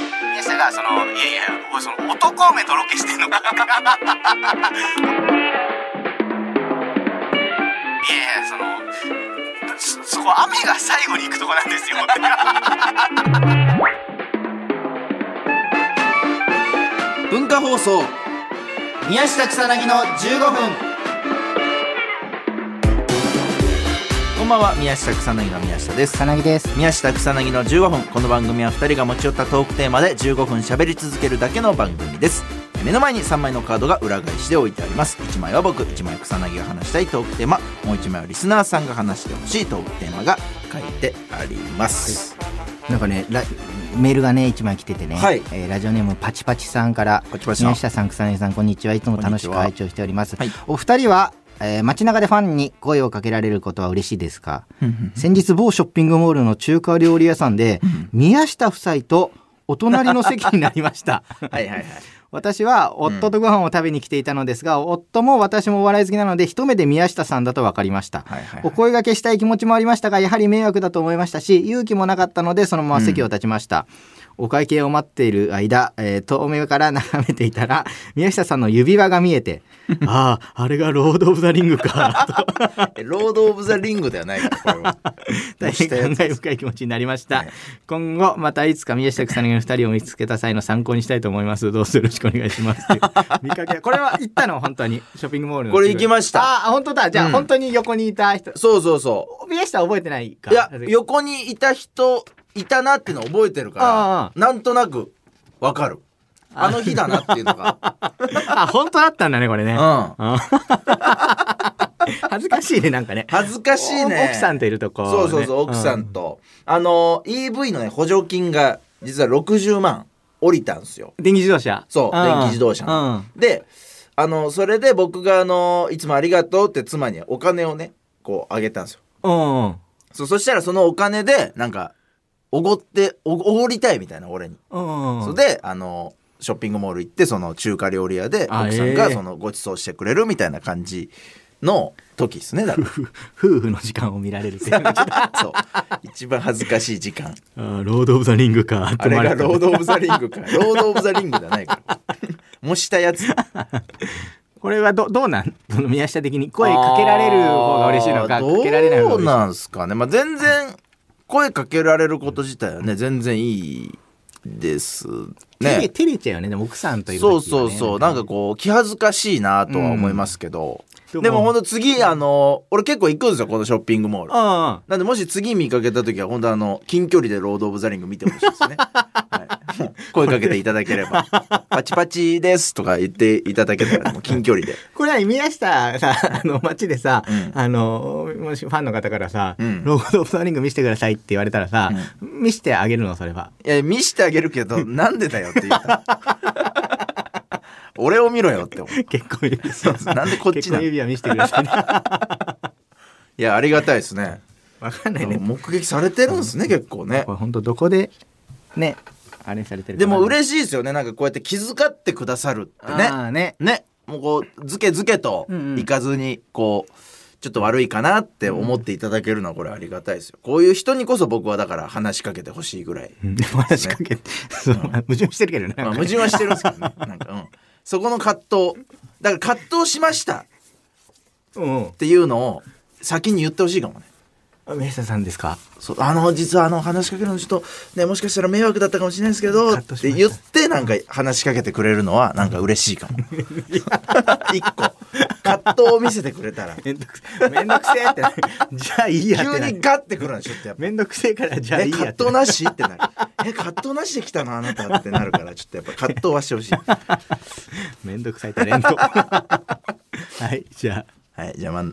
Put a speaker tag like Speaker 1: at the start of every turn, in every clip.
Speaker 1: がそのいやいやおいその男梅とロケしてんのかいやいやそのそそこ雨が最後に行くとこなんですよ
Speaker 2: 文化放送宮下草薙の15分こんばんは宮下草薙の宮下です
Speaker 3: 草薙です
Speaker 2: 宮下草薙の15分この番組は2人が持ち寄ったトークテーマで15分喋り続けるだけの番組です目の前に3枚のカードが裏返しで置いてあります1枚は僕1枚は草薙が話したいトークテーマもう1枚はリスナーさんが話してほしいトークテーマが書いてあります、
Speaker 3: なんかねラメールがね一枚来ててね、
Speaker 2: はい
Speaker 3: えーラジオネームパチパチさんから
Speaker 2: パチパチさん
Speaker 3: 宮下さん草薙さんこんにちはいつも楽しく
Speaker 2: こんに
Speaker 3: 拝聴しております、
Speaker 2: はい
Speaker 3: お二人は、えー街中でファンに声をかけられることは嬉しいですか先日某ショッピングモールの中華料理屋さんで宮下夫妻とお隣の席になりました
Speaker 2: はいはいはい
Speaker 3: 私は夫とご飯を食べに来ていたのですが、夫も私もお笑い好きなので一目で宮下さんだと分かりました、
Speaker 2: はいはい
Speaker 3: お声掛けしたい気持ちもありましたがやはり迷惑だと思いましたし勇気もなかったのでそのまま席を立ちました、お会計を待っている間、えー遠目から眺めていたら宮下さんの指輪が見 えてあああれがロード・オブ・ザ・リングかと
Speaker 2: えロード・オブ・ザ・リングではないからこれは
Speaker 3: 大変感慨深い気持ちになりました、
Speaker 2: はい
Speaker 3: 今後またいつか宮下草薙の2人を見つけた際の参考にしたいと思いますどうぞよろしくお願いしますって いう見かけこれは行ったの本当にショッピングモールの
Speaker 2: これ行きました
Speaker 3: ああ本当だじゃあ、
Speaker 2: うん
Speaker 3: 本当に横にいた人
Speaker 2: そうそうそ
Speaker 3: 宮下覚えてないか
Speaker 2: ういや横にいた人いたなっていうのを覚えてる
Speaker 3: ああ
Speaker 2: からなんとなくわかるあの日だなっていうのが
Speaker 3: あ、本当だったん だね、これね。
Speaker 2: う
Speaker 3: あ恥ずかしいね、なんかね。
Speaker 2: 恥ずかしいね
Speaker 3: お奥さんといるとこ、ね。
Speaker 2: そうそうそう奥さんと、あの EV のね補助金が実は60万降りたんですよ
Speaker 3: うん電気自動車。
Speaker 2: そう
Speaker 3: うん
Speaker 2: 電気自動車の
Speaker 3: うん
Speaker 2: であのそれで僕があのいつもありがとうって妻にお金をねこうあげたんですよ
Speaker 3: うん。うん。
Speaker 2: そうそしたらそのお金でなんかおごっておおごりたいみたいな俺に、
Speaker 3: うん。
Speaker 2: それであのショッピングモール行ってその中華料理屋で
Speaker 3: あ
Speaker 2: 奥さんが
Speaker 3: ええ
Speaker 2: そのご馳走してくれるみたいな感じの時ですねだか
Speaker 3: 夫夫婦の時間を見られる っていうあ
Speaker 2: らそう一番恥ずかしい時 間
Speaker 3: ーロード・オブ・ザ・リングか
Speaker 2: あれがロード・オブ・ザ・リング か。ロード・オブ・ザ・リングじゃないから。模したやつ。
Speaker 3: これはどどうなんその宮下的に声かけられる方が嬉しいのか
Speaker 2: あ
Speaker 3: か
Speaker 2: ー
Speaker 3: けられない
Speaker 2: ど
Speaker 3: 方が
Speaker 2: う
Speaker 3: 嬉しい
Speaker 2: なんすかね。まあ、全然、声かけられること自体はね、全然いいです
Speaker 3: 照れ
Speaker 2: ね。
Speaker 3: 照れちゃうよねでも奥さんといる時は
Speaker 2: そ
Speaker 3: ね
Speaker 2: うそうそう。なんかこう、気恥ずかしいなとは思いますけど。
Speaker 3: うん
Speaker 2: でもほんと次、あの、俺結構行くんですよ、このショッピングモール。
Speaker 3: うん
Speaker 2: なんでもし次見かけた時は本当あの近距離でロード・オブ・ザ・リング見てほしいですね、はいもう声かけていただければ「パチパチです」とか言っていただけたらもう近距離で
Speaker 3: これは宮下さあの街でさ、
Speaker 2: うん
Speaker 3: あのもしファンの方からさ「
Speaker 2: うん
Speaker 3: ロード・オブ・ザ・リング見せてください」って言われたらさ、見せてあげるのそれは。
Speaker 2: いや見してあげるけどなんでだよって言ったら俺を見ろよって思う
Speaker 3: 結婚指
Speaker 2: そうそうなんでこっち
Speaker 3: 結
Speaker 2: なの
Speaker 3: 婚
Speaker 2: い
Speaker 3: 指輪見せてくださいね。
Speaker 2: やありがたいですね
Speaker 3: わかんないね。
Speaker 2: 目撃されてるんですね結構ね
Speaker 3: これ本当どこでねあれされてる
Speaker 2: でも
Speaker 3: し
Speaker 2: 嬉しいですよねなんかこうやって気遣ってくださるってね
Speaker 3: ね。ね
Speaker 2: ねもうこうずけずけと
Speaker 3: うんうん
Speaker 2: 行かずにこうちょっと悪いかなって思っていただけるのはこれありがたいですよこういう人にこそ僕はだから話しかけてほしいぐらい、
Speaker 3: でも話しかけて、そう矛盾してるけどね。
Speaker 2: まあ、矛盾はしてるんですけ どねなんか、うん、そこの葛藤だから葛藤しましたっ
Speaker 3: うん
Speaker 2: ていうのを先に言ってほしいかもね
Speaker 3: あ。宮下さんですか
Speaker 2: そうあの実はあの話しかけるのちょっとねもしかしたら迷惑だったかもしれないですけど
Speaker 3: カッ
Speaker 2: っ
Speaker 3: トしてました
Speaker 2: 言ってなんか話しかけてくれるのはなんか嬉しいかも 一個葛藤を見せてくれたら
Speaker 3: めんどくせえ。めんどくせ えってなる。じゃあいいやって
Speaker 2: 急
Speaker 3: なる
Speaker 2: に。ガッてくるのちょっとやっぱ
Speaker 3: めんどくせえからじゃあい
Speaker 2: え
Speaker 3: いや
Speaker 2: 葛
Speaker 3: ってな
Speaker 2: 藤なし
Speaker 3: る。
Speaker 2: ってなるえ葛藤なしで来たのあなたってなるからちょっとやっぱ葛藤はしてほしい
Speaker 3: めんどくさいタレント。はい、じゃ
Speaker 2: はいじゃあまあ
Speaker 3: あ、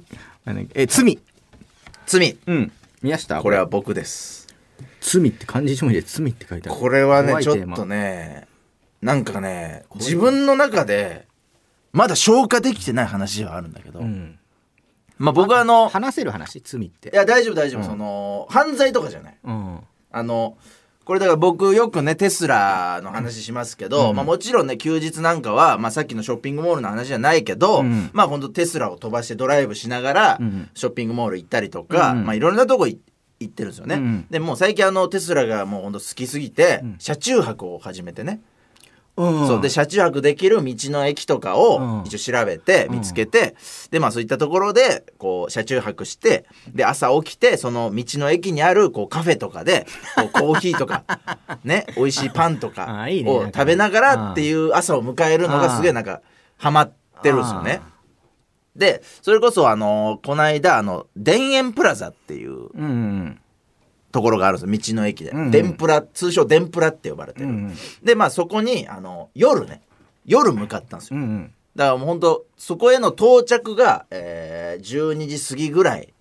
Speaker 3: あのえ、罪。
Speaker 2: 罪
Speaker 3: うん。宮下
Speaker 2: これは僕です
Speaker 3: 罪って漢字一文字で罪って書いてある。
Speaker 2: これはね
Speaker 3: 怖い
Speaker 2: ち
Speaker 3: テ
Speaker 2: ょ
Speaker 3: ー
Speaker 2: っ
Speaker 3: マ
Speaker 2: とねなんかね自分の中でまだ消化できてない話はあるんだけど、
Speaker 3: うん。
Speaker 2: まあ僕はあの
Speaker 3: 話せる話、罪って。
Speaker 2: いや大丈夫大丈夫、
Speaker 3: うん
Speaker 2: その犯罪とかじゃない
Speaker 3: うん。
Speaker 2: あのこれだから僕よくねテスラの話しますけど、
Speaker 3: うん
Speaker 2: まあ、もちろんね休日なんかは、まあ、さっきのショッピングモールの話じゃないけど、
Speaker 3: うん
Speaker 2: まあ本当テスラを飛ばしてドライブしながら
Speaker 3: うん
Speaker 2: ショッピングモール行ったりとか、
Speaker 3: うん
Speaker 2: まあ、いろんなとこい行ってるんですよね。
Speaker 3: うん
Speaker 2: でもう最近あのテスラがもう本当好きすぎて、
Speaker 3: うん
Speaker 2: 車中泊を始めてね
Speaker 3: うん
Speaker 2: そうで車中泊できる道の駅とか
Speaker 3: うん
Speaker 2: を一応調べて
Speaker 3: うん
Speaker 2: 見つけて、でまあそういったところでこう車中泊してで朝起きてその道の駅にあるこうカフェとかで こうコーヒーとかね美味しいパンと
Speaker 3: あ
Speaker 2: か
Speaker 3: いいね
Speaker 2: を食べながらっていう朝を迎えるのがすげえなんかハマってるんですよね。でそれこそあのこの間あの田園プラザっていう
Speaker 3: うんうん
Speaker 2: ところがあるんですよ道の駅で、
Speaker 3: うんうん
Speaker 2: 電プラ通称電プラって呼ばれて
Speaker 3: う
Speaker 2: る、
Speaker 3: ん
Speaker 2: でまあそこにあの夜ね夜向かったんです
Speaker 3: う
Speaker 2: よ
Speaker 3: ん
Speaker 2: だからもう本当そこへの到着が、えー12時過ぎぐらい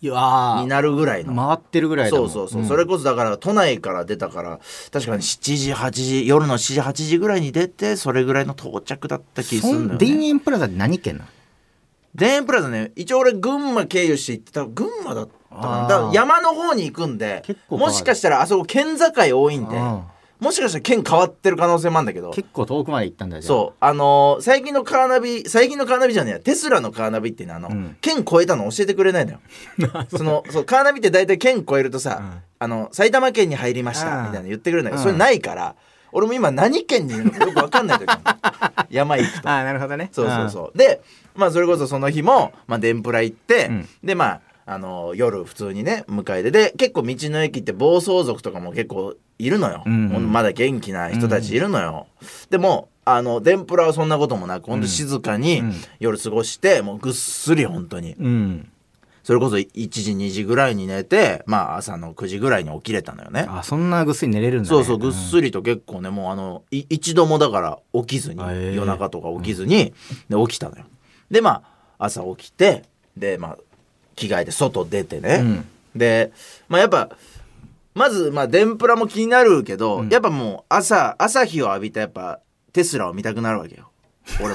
Speaker 3: いやー
Speaker 2: になるぐらいの
Speaker 3: 回ってるぐらいだ
Speaker 2: そ
Speaker 3: も
Speaker 2: うんそうそう、
Speaker 3: ん
Speaker 2: それこそだから都内から出たから確かに7時8時夜の7時8時ぐらいに出てそれぐらいの到着だった気す
Speaker 3: そ
Speaker 2: るん
Speaker 3: ん
Speaker 2: だよ
Speaker 3: 田
Speaker 2: ね
Speaker 3: 園プラザって何県なの
Speaker 2: 田園プラザね一応俺群馬経由して行ってた群馬だったか
Speaker 3: あー
Speaker 2: なだから山の方に行くんで
Speaker 3: 結構変わ
Speaker 2: も
Speaker 3: る
Speaker 2: しかしたらあそこ県境多いんで
Speaker 3: うん
Speaker 2: もしかしたら県変わってる可能性もあるんだけど
Speaker 3: 結構遠くまで行ったんだじゃあ
Speaker 2: そうあのー最近のカーナビ最近のカーナビじゃねえやテスラのカーナビっていうのはあの、
Speaker 3: うん
Speaker 2: 県越えたの教えてくれ ないのよそのそうカーナビって大体県越えるとさ、
Speaker 3: うん
Speaker 2: あの埼玉県に入りまし
Speaker 3: うん
Speaker 2: たみたいなの言ってくれるんだけど、
Speaker 3: うん
Speaker 2: それないから俺も今何県にいるのかよく分かんない時 あるの山行くと
Speaker 3: ああなるほどね
Speaker 2: そうそうそうでまあそれこそその日も、まあ、天ぷら行って、
Speaker 3: うん
Speaker 2: でまああのー夜普通にね迎えてで結構道の駅って暴走族とかも結構いるのよ、
Speaker 3: うん
Speaker 2: ほんとまだ元気な人たちいるのよ、でもあの天ぷらはそんなこともなくほんと静かに
Speaker 3: うん
Speaker 2: 夜過ごして、もうぐっすり本当に
Speaker 3: うん
Speaker 2: それこそ1時2時ぐらいに寝てまあ朝の9時ぐらいに起きれたのよね
Speaker 3: あそんなぐっすり寝れるんだね
Speaker 2: そうそうぐっ
Speaker 3: り
Speaker 2: すりと結構ねもうあのい一度もだから起きずに
Speaker 3: へー
Speaker 2: 夜中とか起きずにで起きたのよでまあ朝起きてでまあ着替えて外出てね、
Speaker 3: うん
Speaker 2: でまあやっぱまずまあ天ぷらも気になるけど、やっぱもう朝朝日を浴びたやっぱテスラを見たくなるわけよ俺 も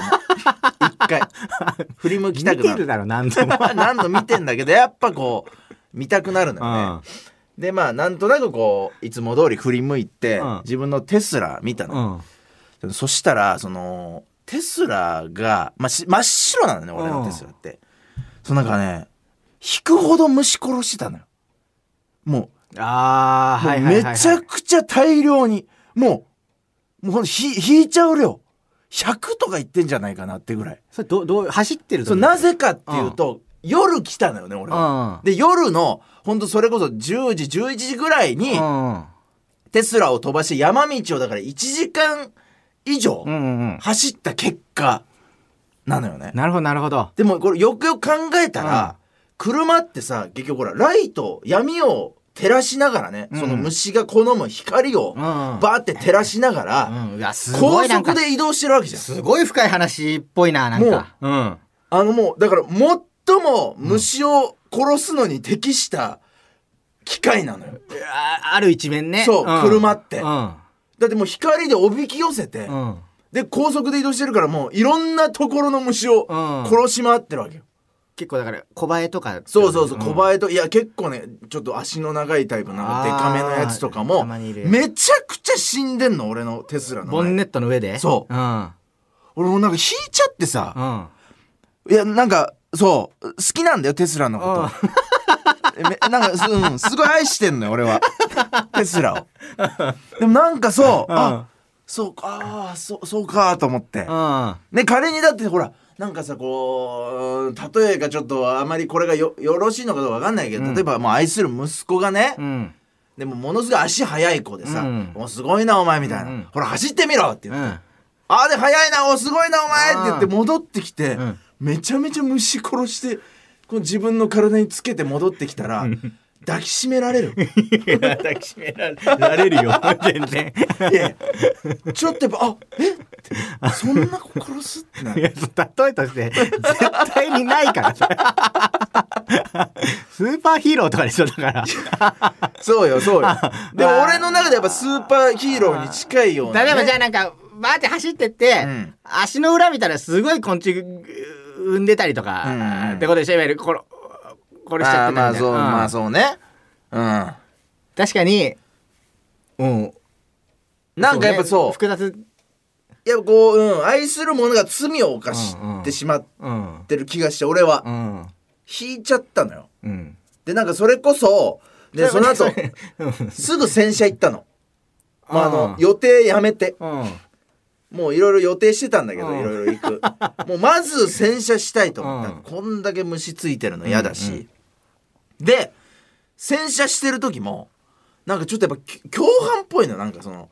Speaker 2: 一回振り向き
Speaker 3: 見
Speaker 2: たくな
Speaker 3: て
Speaker 2: る
Speaker 3: るだろ何度も
Speaker 2: 何度見てんだけどやっぱこ う見たくなるのよね、でまあなんとなくこういつも通り振り向いて、
Speaker 3: うん
Speaker 2: 自分のテスラ見た
Speaker 3: う
Speaker 2: の、
Speaker 3: んうん
Speaker 2: そしたらそのテスラが、まあ、し真っ白なのね俺のテスラって、そのなんかね引くほど虫殺してたのよも
Speaker 3: ああ
Speaker 2: う,、
Speaker 3: はいはいはいはい
Speaker 2: めちゃくちゃ大量にもうもうほんとひ引いちゃう量100とかいってんじゃないかなってぐらい
Speaker 3: それどどう走ってる
Speaker 2: そうなぜかっていうと、夜来たのよね
Speaker 3: う
Speaker 2: 俺
Speaker 3: ん
Speaker 2: は、で夜のほんとそれこそ10時11時ぐらいに、
Speaker 3: うん
Speaker 2: テスラを飛ばして山道をだから1時間以上
Speaker 3: うんうんうん
Speaker 2: 走った結果なのよね。
Speaker 3: なるほどなるほど
Speaker 2: でもこれよくよく考えたら、車ってさ結局ほらライト闇を照らしながらね、
Speaker 3: うん
Speaker 2: その虫が好む光を
Speaker 3: うん
Speaker 2: バーって照らしながら、
Speaker 3: うんいやすご
Speaker 2: 高
Speaker 3: いなんか
Speaker 2: 速で移動してるわけじゃん。
Speaker 3: すごい深い話っぽいななんかうん
Speaker 2: あのもうだから最も虫を殺すのに適した機械なのよ。
Speaker 3: あある一面ね
Speaker 2: そう車って
Speaker 3: うん
Speaker 2: だってもう光でおびき寄せて、
Speaker 3: うん
Speaker 2: で高速で移動してるからもういろんなところの虫を
Speaker 3: うん
Speaker 2: 殺し回ってるわけよ、
Speaker 3: 結構だから小映えとか
Speaker 2: そうそうそう小
Speaker 3: え
Speaker 2: 映えといや結構ねちょっと足の長いタイプなんかデカめのやつとか
Speaker 3: あー
Speaker 2: も
Speaker 3: たまにいる
Speaker 2: めちゃくちゃ死んでんの俺のテスラの
Speaker 3: ボン
Speaker 2: 前
Speaker 3: ネットの上で
Speaker 2: そう
Speaker 3: うん
Speaker 2: 俺もなんか引いちゃって
Speaker 3: う
Speaker 2: さ
Speaker 3: ん
Speaker 2: いやなんかそう好きなんだよテスラのことめなんかす,、うん、すごい愛してんのよ俺 はテスラをでもなんかそうあそうかあーそうそうかと思って
Speaker 3: うん
Speaker 2: ね仮にだってほらなんかさこううん例えがちょっとあまりこれがよよろしいのかどうかわかんないけど、
Speaker 3: うん
Speaker 2: 例えばもう愛する息子がね、
Speaker 3: うん
Speaker 2: でもものすごい足速い子でさ「
Speaker 3: うん
Speaker 2: もうすごいなお前」みたいな、
Speaker 3: うん
Speaker 2: ほら走ってみろ」って言
Speaker 3: う
Speaker 2: って「
Speaker 3: ん
Speaker 2: ああで速いなおすごいなお前」って言って
Speaker 3: うん
Speaker 2: 戻ってきて、
Speaker 3: うん
Speaker 2: めちゃめちゃ虫殺してこう自分の体につけて戻ってきたら抱きしめられる。
Speaker 3: いや抱きしめられられるよ全然
Speaker 2: いやいやちょっとやっぱ「あえってそんな子殺す?」ってなる
Speaker 3: いやそう例えとして絶対にないから さスーパーヒーローとかでしょだから
Speaker 2: そうよそうよで
Speaker 3: ま
Speaker 2: も
Speaker 3: あ
Speaker 2: 俺の中でやっぱスーパーヒーローに近いような、ね、
Speaker 3: 例えばじゃあなんかバーって走ってって、
Speaker 2: うん
Speaker 3: 足の裏見たらすごい昆虫産んでたりとか、
Speaker 2: うんうん
Speaker 3: ってことでしょいわゆるこれこれしち
Speaker 2: あ
Speaker 3: ゃ
Speaker 2: ー
Speaker 3: ってた
Speaker 2: まあ
Speaker 3: みたい
Speaker 2: そう、
Speaker 3: な
Speaker 2: ま
Speaker 3: うん
Speaker 2: あそうねうん
Speaker 3: 確かにうん
Speaker 2: なんかやっぱそう
Speaker 3: 複雑
Speaker 2: やっぱこう、うん、愛する者が罪を犯し
Speaker 3: うんうん
Speaker 2: てしまっ
Speaker 3: うん
Speaker 2: てる気がして俺は
Speaker 3: うん
Speaker 2: 引いちゃったのよ
Speaker 3: うん
Speaker 2: でなんかそれこそでその 後すぐ洗車行ったの、まあ、あの予定やめて
Speaker 3: うん
Speaker 2: もういろいろ予定してたんだけど
Speaker 3: うん
Speaker 2: いろいろ行 くもうまず洗車したいと思った、
Speaker 3: うん
Speaker 2: こんだけ虫ついてるの嫌だし、
Speaker 3: うん
Speaker 2: で洗車してる時もなんかちょっとやっぱき共犯っぽいのなんかその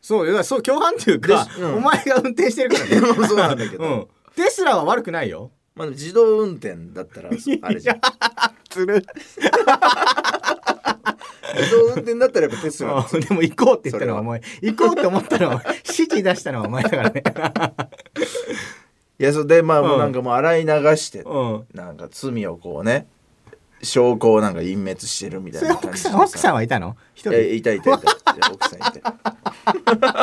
Speaker 3: そうよだからそう共犯っていうか、
Speaker 2: ですうん
Speaker 3: お前が運転してるからね
Speaker 2: でもそうなんだけど、
Speaker 3: うんテスラは悪くないよ
Speaker 2: まあ、でも自動運転だった らそうあれじゃん
Speaker 3: つる
Speaker 2: 自動運転だったらやっぱテスラ
Speaker 3: あでも行こうって言ったのはお前行こうって思ったのはお 前指示出したのはお前だからね
Speaker 2: いやそれでまあもううんなんかもう洗い流して、
Speaker 3: うん
Speaker 2: なんか罪をこうね証拠をなんか隠滅してるみたい
Speaker 3: それ
Speaker 2: な感
Speaker 3: 奥
Speaker 2: じで
Speaker 3: さん奥さんはいたの一人
Speaker 2: えいたいたいたいや奥さんいた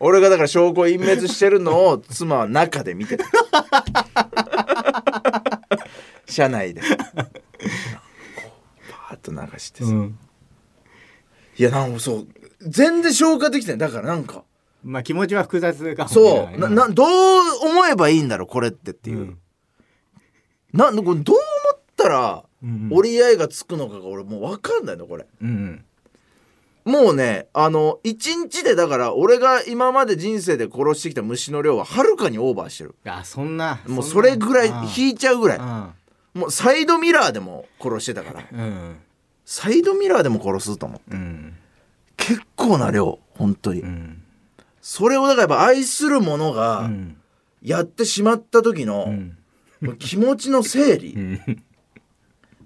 Speaker 2: 俺がだから証拠隠滅してるのを妻は中で見てた車内でこうパーッと流してさ、
Speaker 3: うん
Speaker 2: いやなんかそう全然消化できてないだからなんか
Speaker 3: まあ気持ちは複雑かもしれ
Speaker 2: そ
Speaker 3: な
Speaker 2: う
Speaker 3: い
Speaker 2: ななどう思えばいいんだろうこれってっていう、
Speaker 3: うん
Speaker 2: なんこれどう思ったら
Speaker 3: うん
Speaker 2: 折り合いがつくのかが俺もう分かんないのこれ
Speaker 3: うん
Speaker 2: もうねあの一日でだから俺が今まで人生で殺してきた虫の量ははるかにオーバーしてる
Speaker 3: うんあそんな
Speaker 2: もうそれぐらい
Speaker 3: ひ
Speaker 2: 引いちゃうぐらい
Speaker 3: うん
Speaker 2: もうサイドミラーでも殺してたから
Speaker 3: うん
Speaker 2: サイドミラーでも殺すと思う
Speaker 3: うん
Speaker 2: 結構な量本当に、
Speaker 3: うん
Speaker 2: それをだからやっぱ愛する者
Speaker 3: う
Speaker 2: が
Speaker 3: ん
Speaker 2: やってしまった時の、
Speaker 3: うん
Speaker 2: もう気持ちの整理、
Speaker 3: うん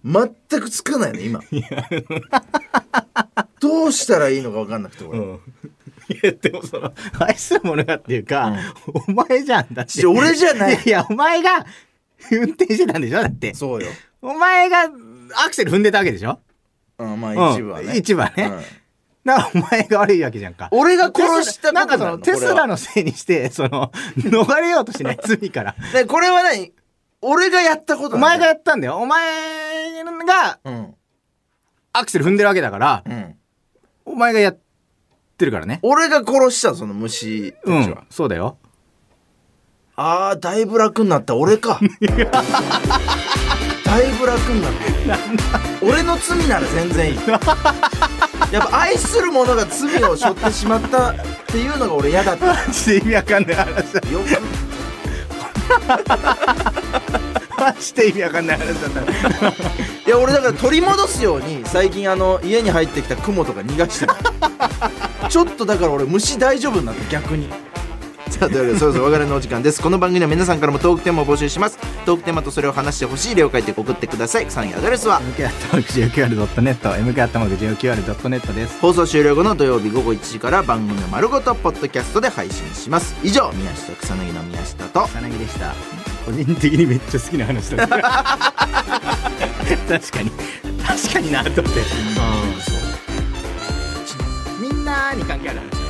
Speaker 2: 全くつかないの今どうしたらいいのか分かんなくて俺、
Speaker 3: いやでもその愛するものがっていうか、お前じゃんだって
Speaker 2: いや俺じゃない
Speaker 3: いやいやお前が運転してたんでしょだって
Speaker 2: そうよ、
Speaker 3: お前がアクセル踏んでたわけでしょ
Speaker 2: うん、まあ一部は
Speaker 3: う
Speaker 2: ね、
Speaker 3: ん一部はね、
Speaker 2: うん
Speaker 3: だからお前が悪いわけじゃんか
Speaker 2: 俺が殺したこと
Speaker 3: なんかそのテスラ
Speaker 2: の
Speaker 3: のせいにしてその逃れようとしない罪から
Speaker 2: これはねこれは何俺がやったこと
Speaker 3: お前が
Speaker 2: や
Speaker 3: やったんだよお前が
Speaker 2: うん
Speaker 3: アクセル踏んでるわけだから
Speaker 2: うん
Speaker 3: お前がやってるからね
Speaker 2: 俺が殺したのその虫たち
Speaker 3: う
Speaker 2: は、
Speaker 3: んそうだよ
Speaker 2: あーだいぶ楽になった俺 かだいぶ楽になった俺の罪なら全然いいやっぱ愛する者が罪を背負ってしまったっていうのが俺嫌だ った
Speaker 3: マジで意味わかんない話だ
Speaker 2: よく
Speaker 3: マジで意味わかんない話だった
Speaker 2: いや俺だから取り戻すように最近あの家に入ってきた雲とか逃がして るちょっとだから俺虫大丈夫になった逆にさあというわけでそろそろお別れのお時間ですこの番組では皆さんからもトークテーマを募集しますトークテーマとそれを話してほしい例を書いて送ってください草薙アドレスは
Speaker 3: mk.jqr.net mk.jqr.net です
Speaker 2: 放送終了後の土曜日午後1時から番組の丸ごとポッドキャストで配信します以上宮下草薙の宮下と
Speaker 3: 草薙でした個人的にめっちゃ好きな話 だった確かに確かになと思ってみんなに関係ある話